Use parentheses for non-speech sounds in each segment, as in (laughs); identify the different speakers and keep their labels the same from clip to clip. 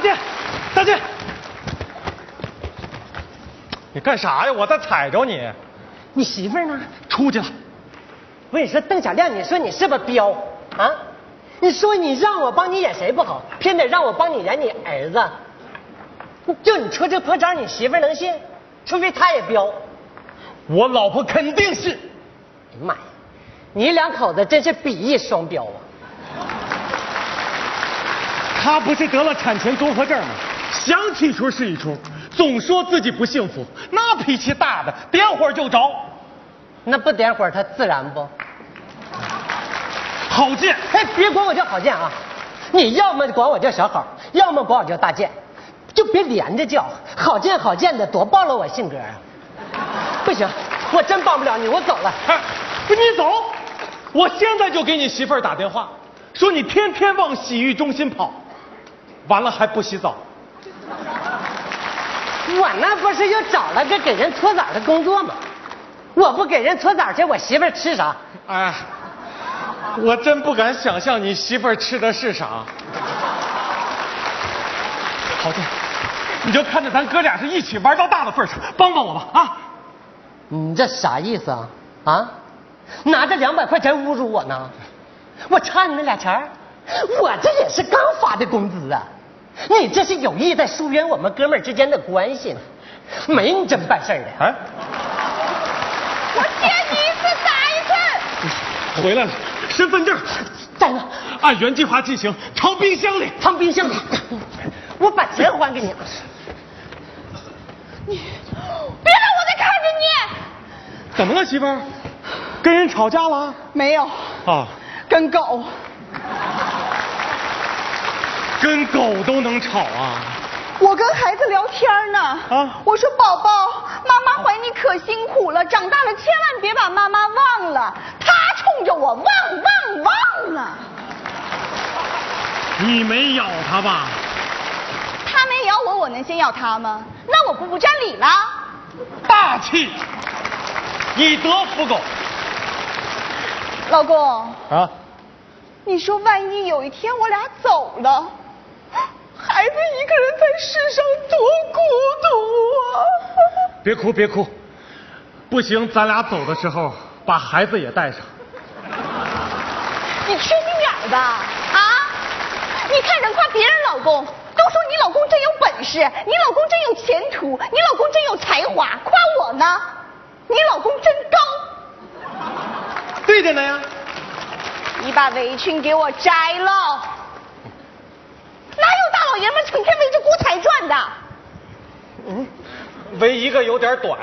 Speaker 1: 姐，大姐，你干啥呀？我在踩着你，
Speaker 2: 你媳妇儿呢？
Speaker 1: 出去了。
Speaker 2: 我跟你说，邓小亮，你说你是不是彪啊？你说你让我帮你演谁不好，偏得让我帮你演你儿子。就你出这破招，你媳妇儿能信？除非她也彪。
Speaker 1: 我老婆肯定是。
Speaker 2: 哎呀妈呀，你两口子真是比翼双彪啊！
Speaker 1: 她不是得了产前综合症吗？想起一出是一出，总说自己不幸福，那脾气大的点火就着，
Speaker 2: 那不点火，他自燃不？
Speaker 1: 好贱。
Speaker 2: 哎，别管我叫郝建啊！你要么管我叫小郝，要么管我叫大建，就别连着叫。郝建郝建的，多暴露我性格啊！不行，我真帮不了你，我走了。
Speaker 1: 哎，你走，我现在就给你媳妇儿打电话，说你天天往洗浴中心跑，完了还不洗澡。
Speaker 2: 我那不是又找了个给人搓澡的工作吗？我不给人搓澡去，我媳妇儿吃啥？
Speaker 1: 哎，我真不敢想象你媳妇儿吃的是啥。好的，你就看着咱哥俩是一起玩到大的份儿上，帮帮我吧啊！
Speaker 2: 你这啥意思啊？啊，拿着两百块钱侮辱我呢？我差你那俩钱儿？我这也是刚发的工资啊！你这是有意在疏远我们哥们儿之间的关系呢，没你这么办事儿的。
Speaker 3: 我
Speaker 1: 哎，
Speaker 3: 见你一次打一次。
Speaker 1: 回来了，身份证
Speaker 2: 站住！
Speaker 1: (laughs) 按原计划进行，藏冰箱里。
Speaker 2: 藏冰箱里，我把钱还给你。
Speaker 3: 别让我再看见你。
Speaker 1: 怎么了，媳妇儿？跟人吵架了？
Speaker 4: 没有，
Speaker 1: 啊，
Speaker 4: 跟狗。
Speaker 1: 跟狗都能吵啊？
Speaker 4: 我跟孩子聊天呢，
Speaker 1: 啊
Speaker 4: 我说宝宝，妈妈怀你可辛苦了，长大了千万别把妈妈忘了。他冲着我汪汪汪啊！
Speaker 1: 你没咬它吧？
Speaker 4: 他没咬我，我能先咬他吗？那我不不占理了？
Speaker 1: 大气，以德服狗
Speaker 4: 老公，
Speaker 1: 啊！
Speaker 4: 你说万一有一天我俩走了，孩子一个人在世上多孤独啊！
Speaker 1: 别哭，别哭，不行，咱俩走的时候把孩子也带上。
Speaker 4: 你缺心眼儿吧？啊！你看人夸别人老公，都说你老公真有本事，你老公真有前途，你老公真有才华，夸我呢，你老公真高。
Speaker 1: 对着呢呀，
Speaker 4: 你把围裙给我摘了，哪有大老爷们整天围着锅台转的？
Speaker 1: 唯一个有点短。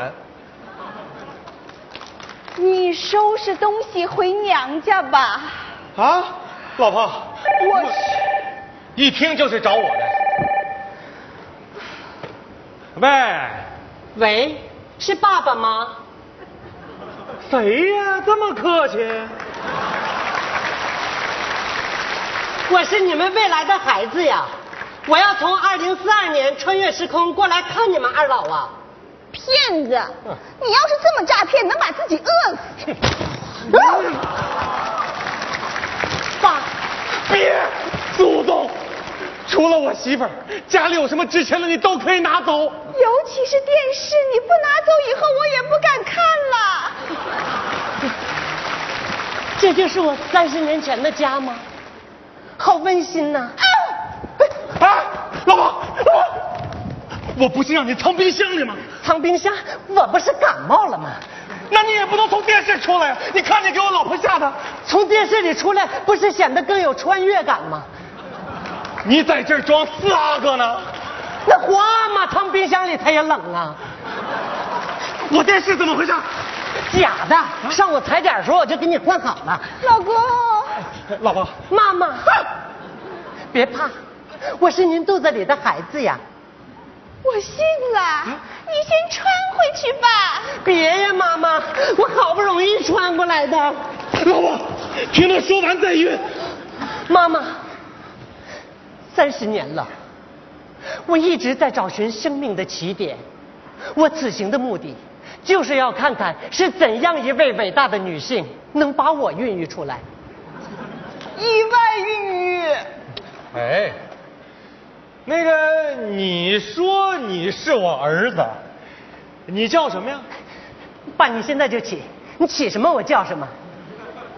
Speaker 4: 你收拾东西回娘家吧。
Speaker 1: 啊，老婆，
Speaker 4: 我是
Speaker 1: 一听就是找我的。喂，
Speaker 2: 喂，是爸爸吗？
Speaker 1: 谁呀？这么客气？
Speaker 2: 我是你们未来的孩子呀！我要从二零四二年穿越时空过来看你们二老啊！
Speaker 4: 骗子，你要是这么诈骗，能把自己饿死。啊
Speaker 2: 爸，
Speaker 1: 别，祖宗！除了我媳妇儿，家里有什么值钱的你都可以拿走。
Speaker 4: 尤其是电视，你不拿走以后，我也不敢看了。
Speaker 2: 这就是我三十年前的家吗？好温馨呐、
Speaker 4: 啊
Speaker 1: 哎，老婆，老婆，我不是让你藏冰箱里吗？
Speaker 2: 藏冰箱，我不是感冒了吗？
Speaker 1: 那你也不能从电视出来呀！啊你看你给我老婆吓的。
Speaker 2: 从电视里出来，不是显得更有穿越感吗？
Speaker 1: 你在这儿装四阿哥呢？
Speaker 2: 那花嘛，藏冰箱里它也冷啊，
Speaker 1: 我电视怎么回事？
Speaker 2: 假的。上午踩点的时候我就给你换好了，
Speaker 4: 啊老公，
Speaker 1: 老婆，
Speaker 2: 妈妈，别怕，我是您肚子里的孩子呀。
Speaker 4: 我信了，你先穿回去吧。
Speaker 2: 别呀，妈妈，我好不容易穿过来的。
Speaker 1: 老婆，听他说完再晕。
Speaker 2: 妈妈，三十年了，我一直在找寻生命的起点。我此行的目的，就是要看看是怎样一位伟大的女性能把我孕育出来。
Speaker 4: 意外孕育，
Speaker 1: 哎，那个你说你是我儿子，你叫什么呀？
Speaker 2: 爸，你现在就起，你起什么我叫什么。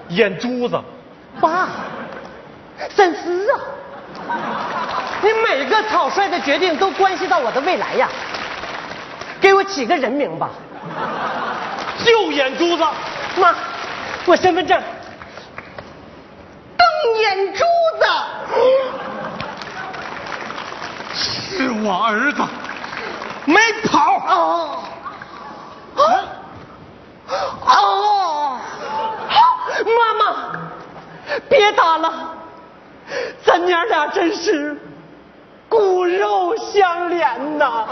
Speaker 1: 眼珠子，
Speaker 2: 爸，三思啊！你每个草率的决定都关系到我的未来呀。给我起个人名吧，
Speaker 1: 就眼珠子。
Speaker 2: 妈，我身份证。
Speaker 4: 瞪眼珠子，
Speaker 1: 是我儿子，没跑
Speaker 4: 哦，
Speaker 1: 哎
Speaker 4: 哦，哦，
Speaker 2: 妈妈，别打了，咱娘俩真是骨肉相连呐！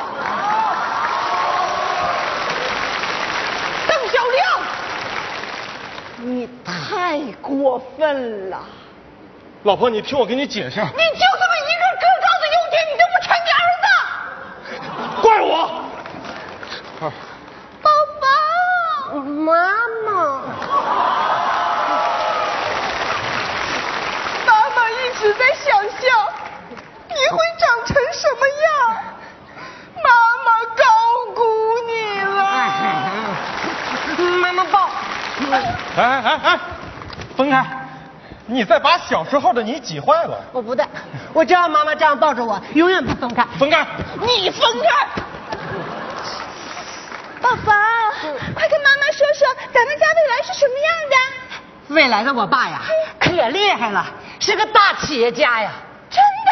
Speaker 4: 邓小亮，你太过分了。
Speaker 1: 老婆，你听我给你解释，
Speaker 4: 你就这么一个个高的优点，你都不传给儿子？
Speaker 1: 怪我。
Speaker 4: 宝宝，妈妈，妈妈一直在想象你会长成什么样，妈妈高估你了。
Speaker 2: 妈妈抱，
Speaker 1: 哎哎哎哎，分开！你再把小时候的你挤坏了。
Speaker 2: 我不带，我知道妈妈这样抱着我，永远不松开。
Speaker 1: 分开！
Speaker 4: 你分开！宝宝，快跟妈妈说说咱们家未来是什么样的？哎
Speaker 2: 未来的我爸呀，可厉害了，是个大企业家呀，
Speaker 4: 真的？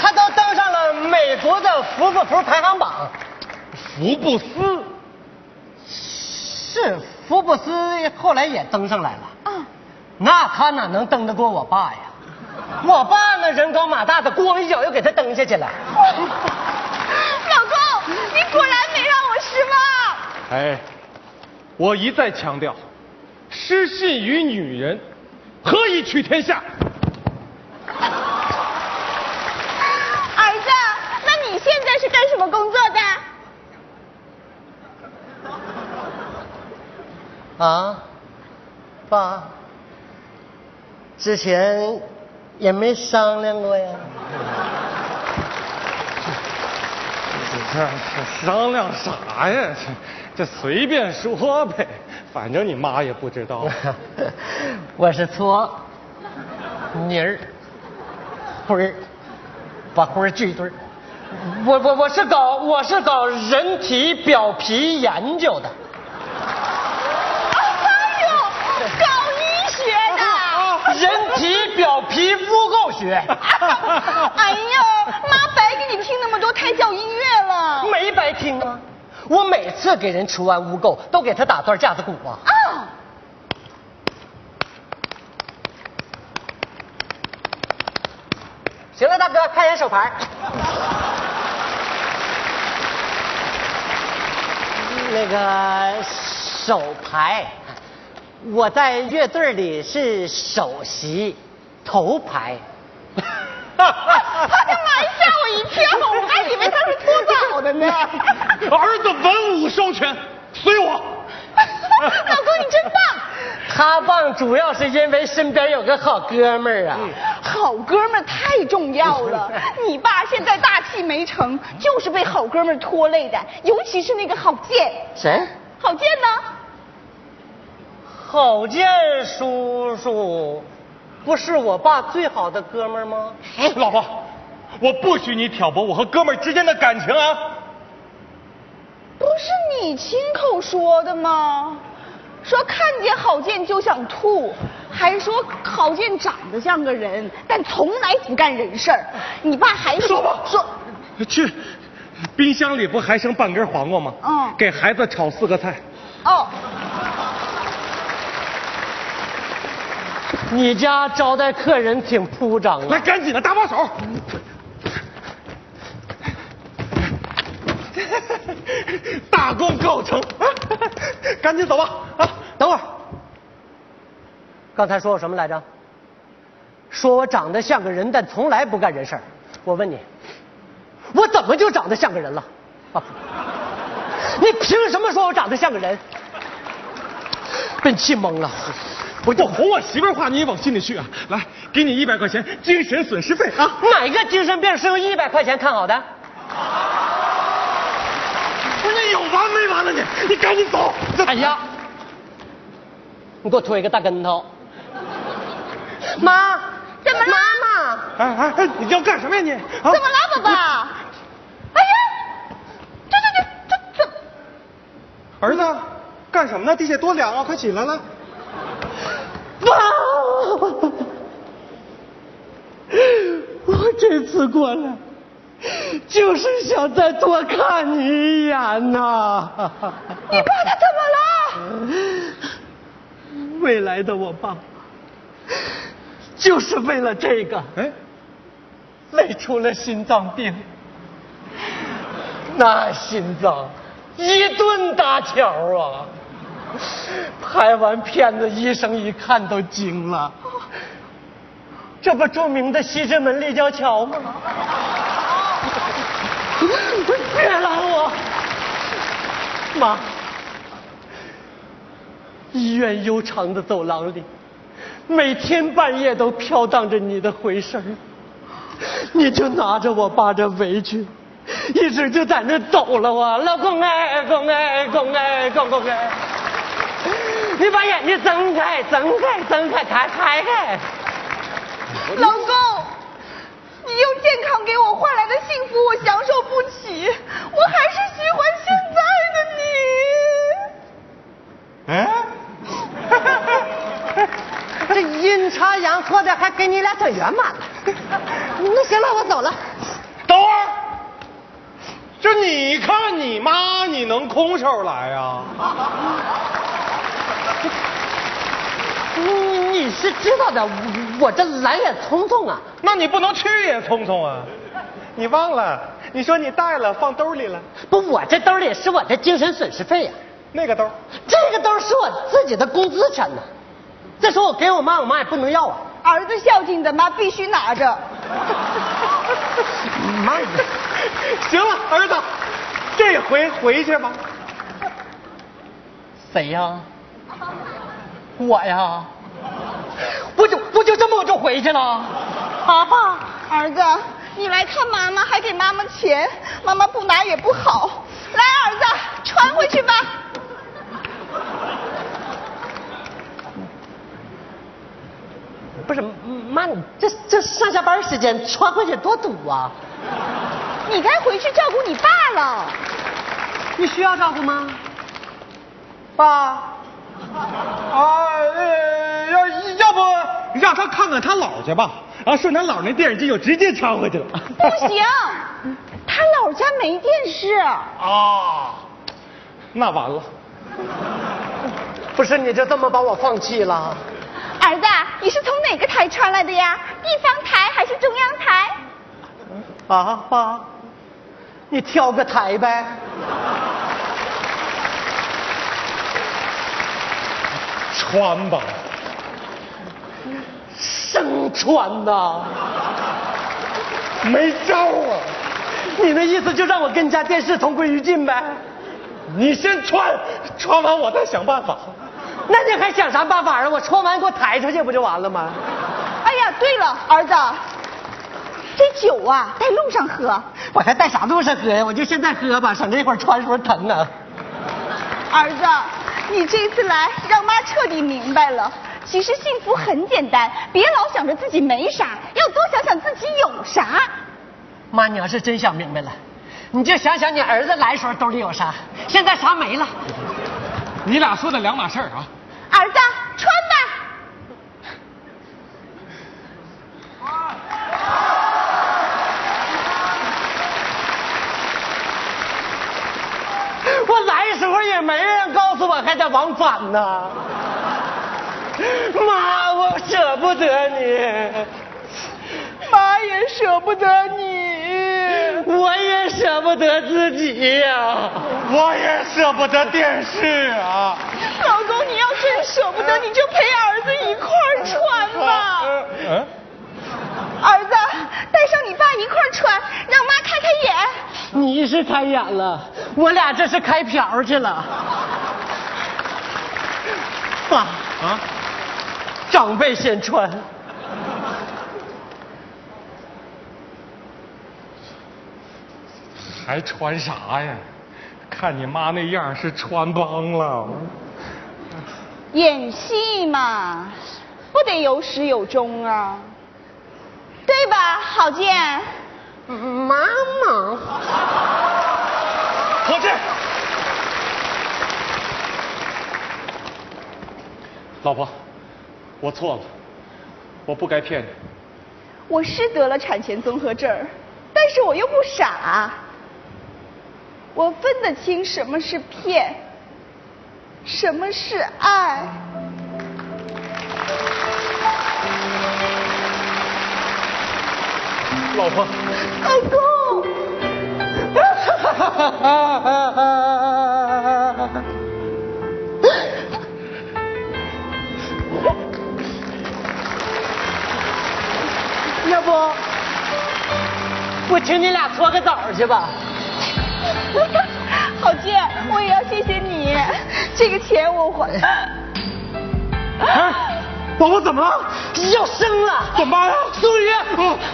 Speaker 2: 他都登上了美国的福字图排行榜。
Speaker 1: 福布斯，
Speaker 2: 是福布斯后来也登上来了，
Speaker 4: 啊，
Speaker 2: 那他哪能登得过我爸呀？我爸那人高马大的，咣一脚又给他蹬下去了。
Speaker 4: 老公，你果然没让我失望。
Speaker 1: 哎，我一再强调，失信于女人，何以取天下？
Speaker 4: 儿子，那你现在是干什么工作的？
Speaker 2: 啊，爸，之前也没商量过呀。 (laughs)
Speaker 1: 这商量啥呀？这这随便说呗，反正你妈也不知道
Speaker 2: 我是搓泥儿灰儿，把灰儿聚一堆儿。我我我是搞我是搞人体表皮研究的。
Speaker 4: 哎呦，搞医学的！
Speaker 2: 人体表皮污垢学，
Speaker 4: (laughs) 哎呦，妈白给你听那么多胎教音乐了。
Speaker 2: 没白听啊！我每次给人除完污垢，都给他打段架子鼓啊。
Speaker 4: 啊，
Speaker 2: 行了，大哥，看一眼手牌。那个手牌，我在乐队里是首席，头 (laughs) 牌。
Speaker 4: 他的妈呀，吓我一跳，我还以为他是搓
Speaker 2: (laughs)
Speaker 4: 澡的呢。
Speaker 1: (laughs) 儿子文武双全，随我。
Speaker 4: 老公，你真棒！
Speaker 2: 他棒主要是因为身边有个好哥们儿啊。
Speaker 4: 好哥们儿太重要了。你爸现在大器没成，就是被好哥们儿拖累的，尤其是那个郝建。
Speaker 2: 谁？
Speaker 4: 郝建呢？
Speaker 2: 郝建叔叔，不是我爸最好的哥们儿吗？
Speaker 1: 老婆，我不许你挑拨我和哥们儿之间的感情啊！
Speaker 4: 不是你亲口说的吗？说看见郝建就想吐，还说郝建长得像个人，但从来不干人事儿。你爸还说说
Speaker 1: 去，冰箱里不还剩半根黄瓜吗？
Speaker 4: 嗯
Speaker 1: 给孩子炒四个菜。
Speaker 4: 哦，
Speaker 2: 你家招待客人挺铺张
Speaker 1: 来，
Speaker 2: 啊。
Speaker 1: 赶紧的，搭把手。 (laughs) 大功告成， (laughs) 赶紧走吧！啊，
Speaker 2: 等会儿，刚才说我什么来着？说我长得像个人，但从来不干人事儿。我问你，我怎么就长得像个人了？啊， (laughs) 你凭什么说我长得像个人？被你气懵了。
Speaker 1: 我哄我媳妇儿话你也往心里去啊！来，给你一百块钱精神损失费啊！
Speaker 2: 哪个精神病是用一百块钱看好的？
Speaker 1: 不是你有完没完了你？你赶紧走！这
Speaker 2: 哎呀，你给我推个大跟头！妈，
Speaker 4: 怎么了？
Speaker 2: 妈妈，
Speaker 1: 哎哎哎，你要干什么呀你？啊
Speaker 4: 怎么了，宝宝？哎呀，这这这这怎？
Speaker 1: 儿子，干什么呢？地下多凉啊！快起来来！
Speaker 2: (laughs) 妈，我这次过来就是想再多看你一眼呐、
Speaker 4: 你爸他怎么了？
Speaker 2: (laughs) 未来的我爸，就是为了这个
Speaker 1: 哎，
Speaker 2: 累出了心脏病。那心脏一顿搭桥啊！拍完片子，医生一看都惊了，这不著名的西直门立交桥吗？别拦我，妈！医院悠长的走廊里，每天半夜都飘荡着你的回声儿。你就拿着我爸这围裙，一直就在那抖了我，老公哎，公哎，公哎，公公哎，你把眼睛睁开，睁开，睁开，开开开，
Speaker 4: 老公，你用健康给我换来的幸福，我享受不起，我还是喜欢现在的你。
Speaker 1: 哎，
Speaker 2: 这阴差阳错的还给你俩整圆满了。那行了，我走了。
Speaker 1: 等会儿，这你看你妈，你能空手来啊？
Speaker 2: 你你是知道的，我我这来也匆匆啊。
Speaker 1: 那你不能去也匆匆啊？你忘了？你说你带了，放兜里了，
Speaker 2: 不，我这兜里是我的精神损失费呀、
Speaker 1: 那个兜。
Speaker 2: 这个兜是我自己的工资钱呢。再说我给我妈，我妈也不能要啊。
Speaker 4: 儿子孝敬的妈必须拿着。
Speaker 2: 妈，
Speaker 1: (laughs) 行了，儿子，这回回去吧。
Speaker 2: 谁呀？我呀，我就我就这么我就回去了。啊爸，
Speaker 4: 儿子，你来看妈妈，还给妈妈钱，妈妈不拿也不好。来，儿子，传回去吧。
Speaker 2: 不是妈，你这这上下班时间穿回去多堵啊！
Speaker 4: 你该回去照顾你爸了。
Speaker 2: 你需要照顾吗？
Speaker 1: 爸，啊，呃，要要不让他看看他姥去吧，然后顺他姥那电视机就直接插回去了。
Speaker 4: (laughs) 不行，他老家没电视。
Speaker 1: 啊，那完了。
Speaker 2: 不是你就这么把我放弃了？
Speaker 4: 儿子，你是从哪个台传来的呀？地方台还是中央台？
Speaker 2: 啊爸，你挑个台呗。
Speaker 1: 穿吧，
Speaker 2: 生穿呐、
Speaker 1: 没招啊！
Speaker 2: 你那意思就让我跟家电视同归于尽呗？
Speaker 1: 你先穿，穿完我再想办法。
Speaker 2: 那你还想啥办法啊？我穿完给我抬出去不就完了吗？
Speaker 4: 哎呀，对了，儿子，这酒啊，在路上喝。
Speaker 2: 我还带啥路上喝呀？我就现在喝吧，省得一会儿穿时候疼啊呢。
Speaker 4: 儿子，你这次来让妈彻底明白了，其实幸福很简单，别老想着自己没啥，要多想想自己有啥。
Speaker 2: 妈，你要是真想明白了，你就想想你儿子来时候兜里有啥，现在啥没了。
Speaker 1: 你俩说的两码事儿啊。
Speaker 4: 儿子，穿吧。
Speaker 2: (laughs) 我来时候也没人告诉我还得往返呢。妈，我舍不得你，
Speaker 4: 妈也舍不得你。
Speaker 2: 我也舍不得自己呀、
Speaker 1: 我也舍不得电视啊。
Speaker 4: 老公，你要真舍不得，你就陪儿子一块儿穿吧。
Speaker 1: 嗯。
Speaker 4: 儿子，带上你爸一块儿穿，让妈开开眼。
Speaker 2: 你是开眼了，我俩这是开瓢去了。爸，
Speaker 1: 啊，
Speaker 2: 长辈先穿。
Speaker 1: 还穿啥呀？看你妈那样是穿帮了。
Speaker 4: 演戏嘛，不得有始有终啊，对吧，郝建？
Speaker 2: 妈妈，
Speaker 1: 何志，老婆，我错了，我不该骗你。
Speaker 4: 我是得了产前综合症儿，但是我又不傻，我分得清什么是骗，什么是爱。
Speaker 1: 老婆，
Speaker 4: 老公， (laughs)
Speaker 2: 要不我请你俩搓个澡去吧？
Speaker 4: 郝建，我也要谢谢你，这个钱我还。
Speaker 1: 哎，老婆怎么了？
Speaker 2: 要生了，
Speaker 1: 怎么办呀？
Speaker 2: 苏雨，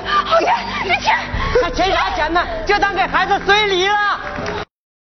Speaker 4: 郝建，这钱
Speaker 2: (laughs) 还钱啥钱呢？就当给孩子随礼了。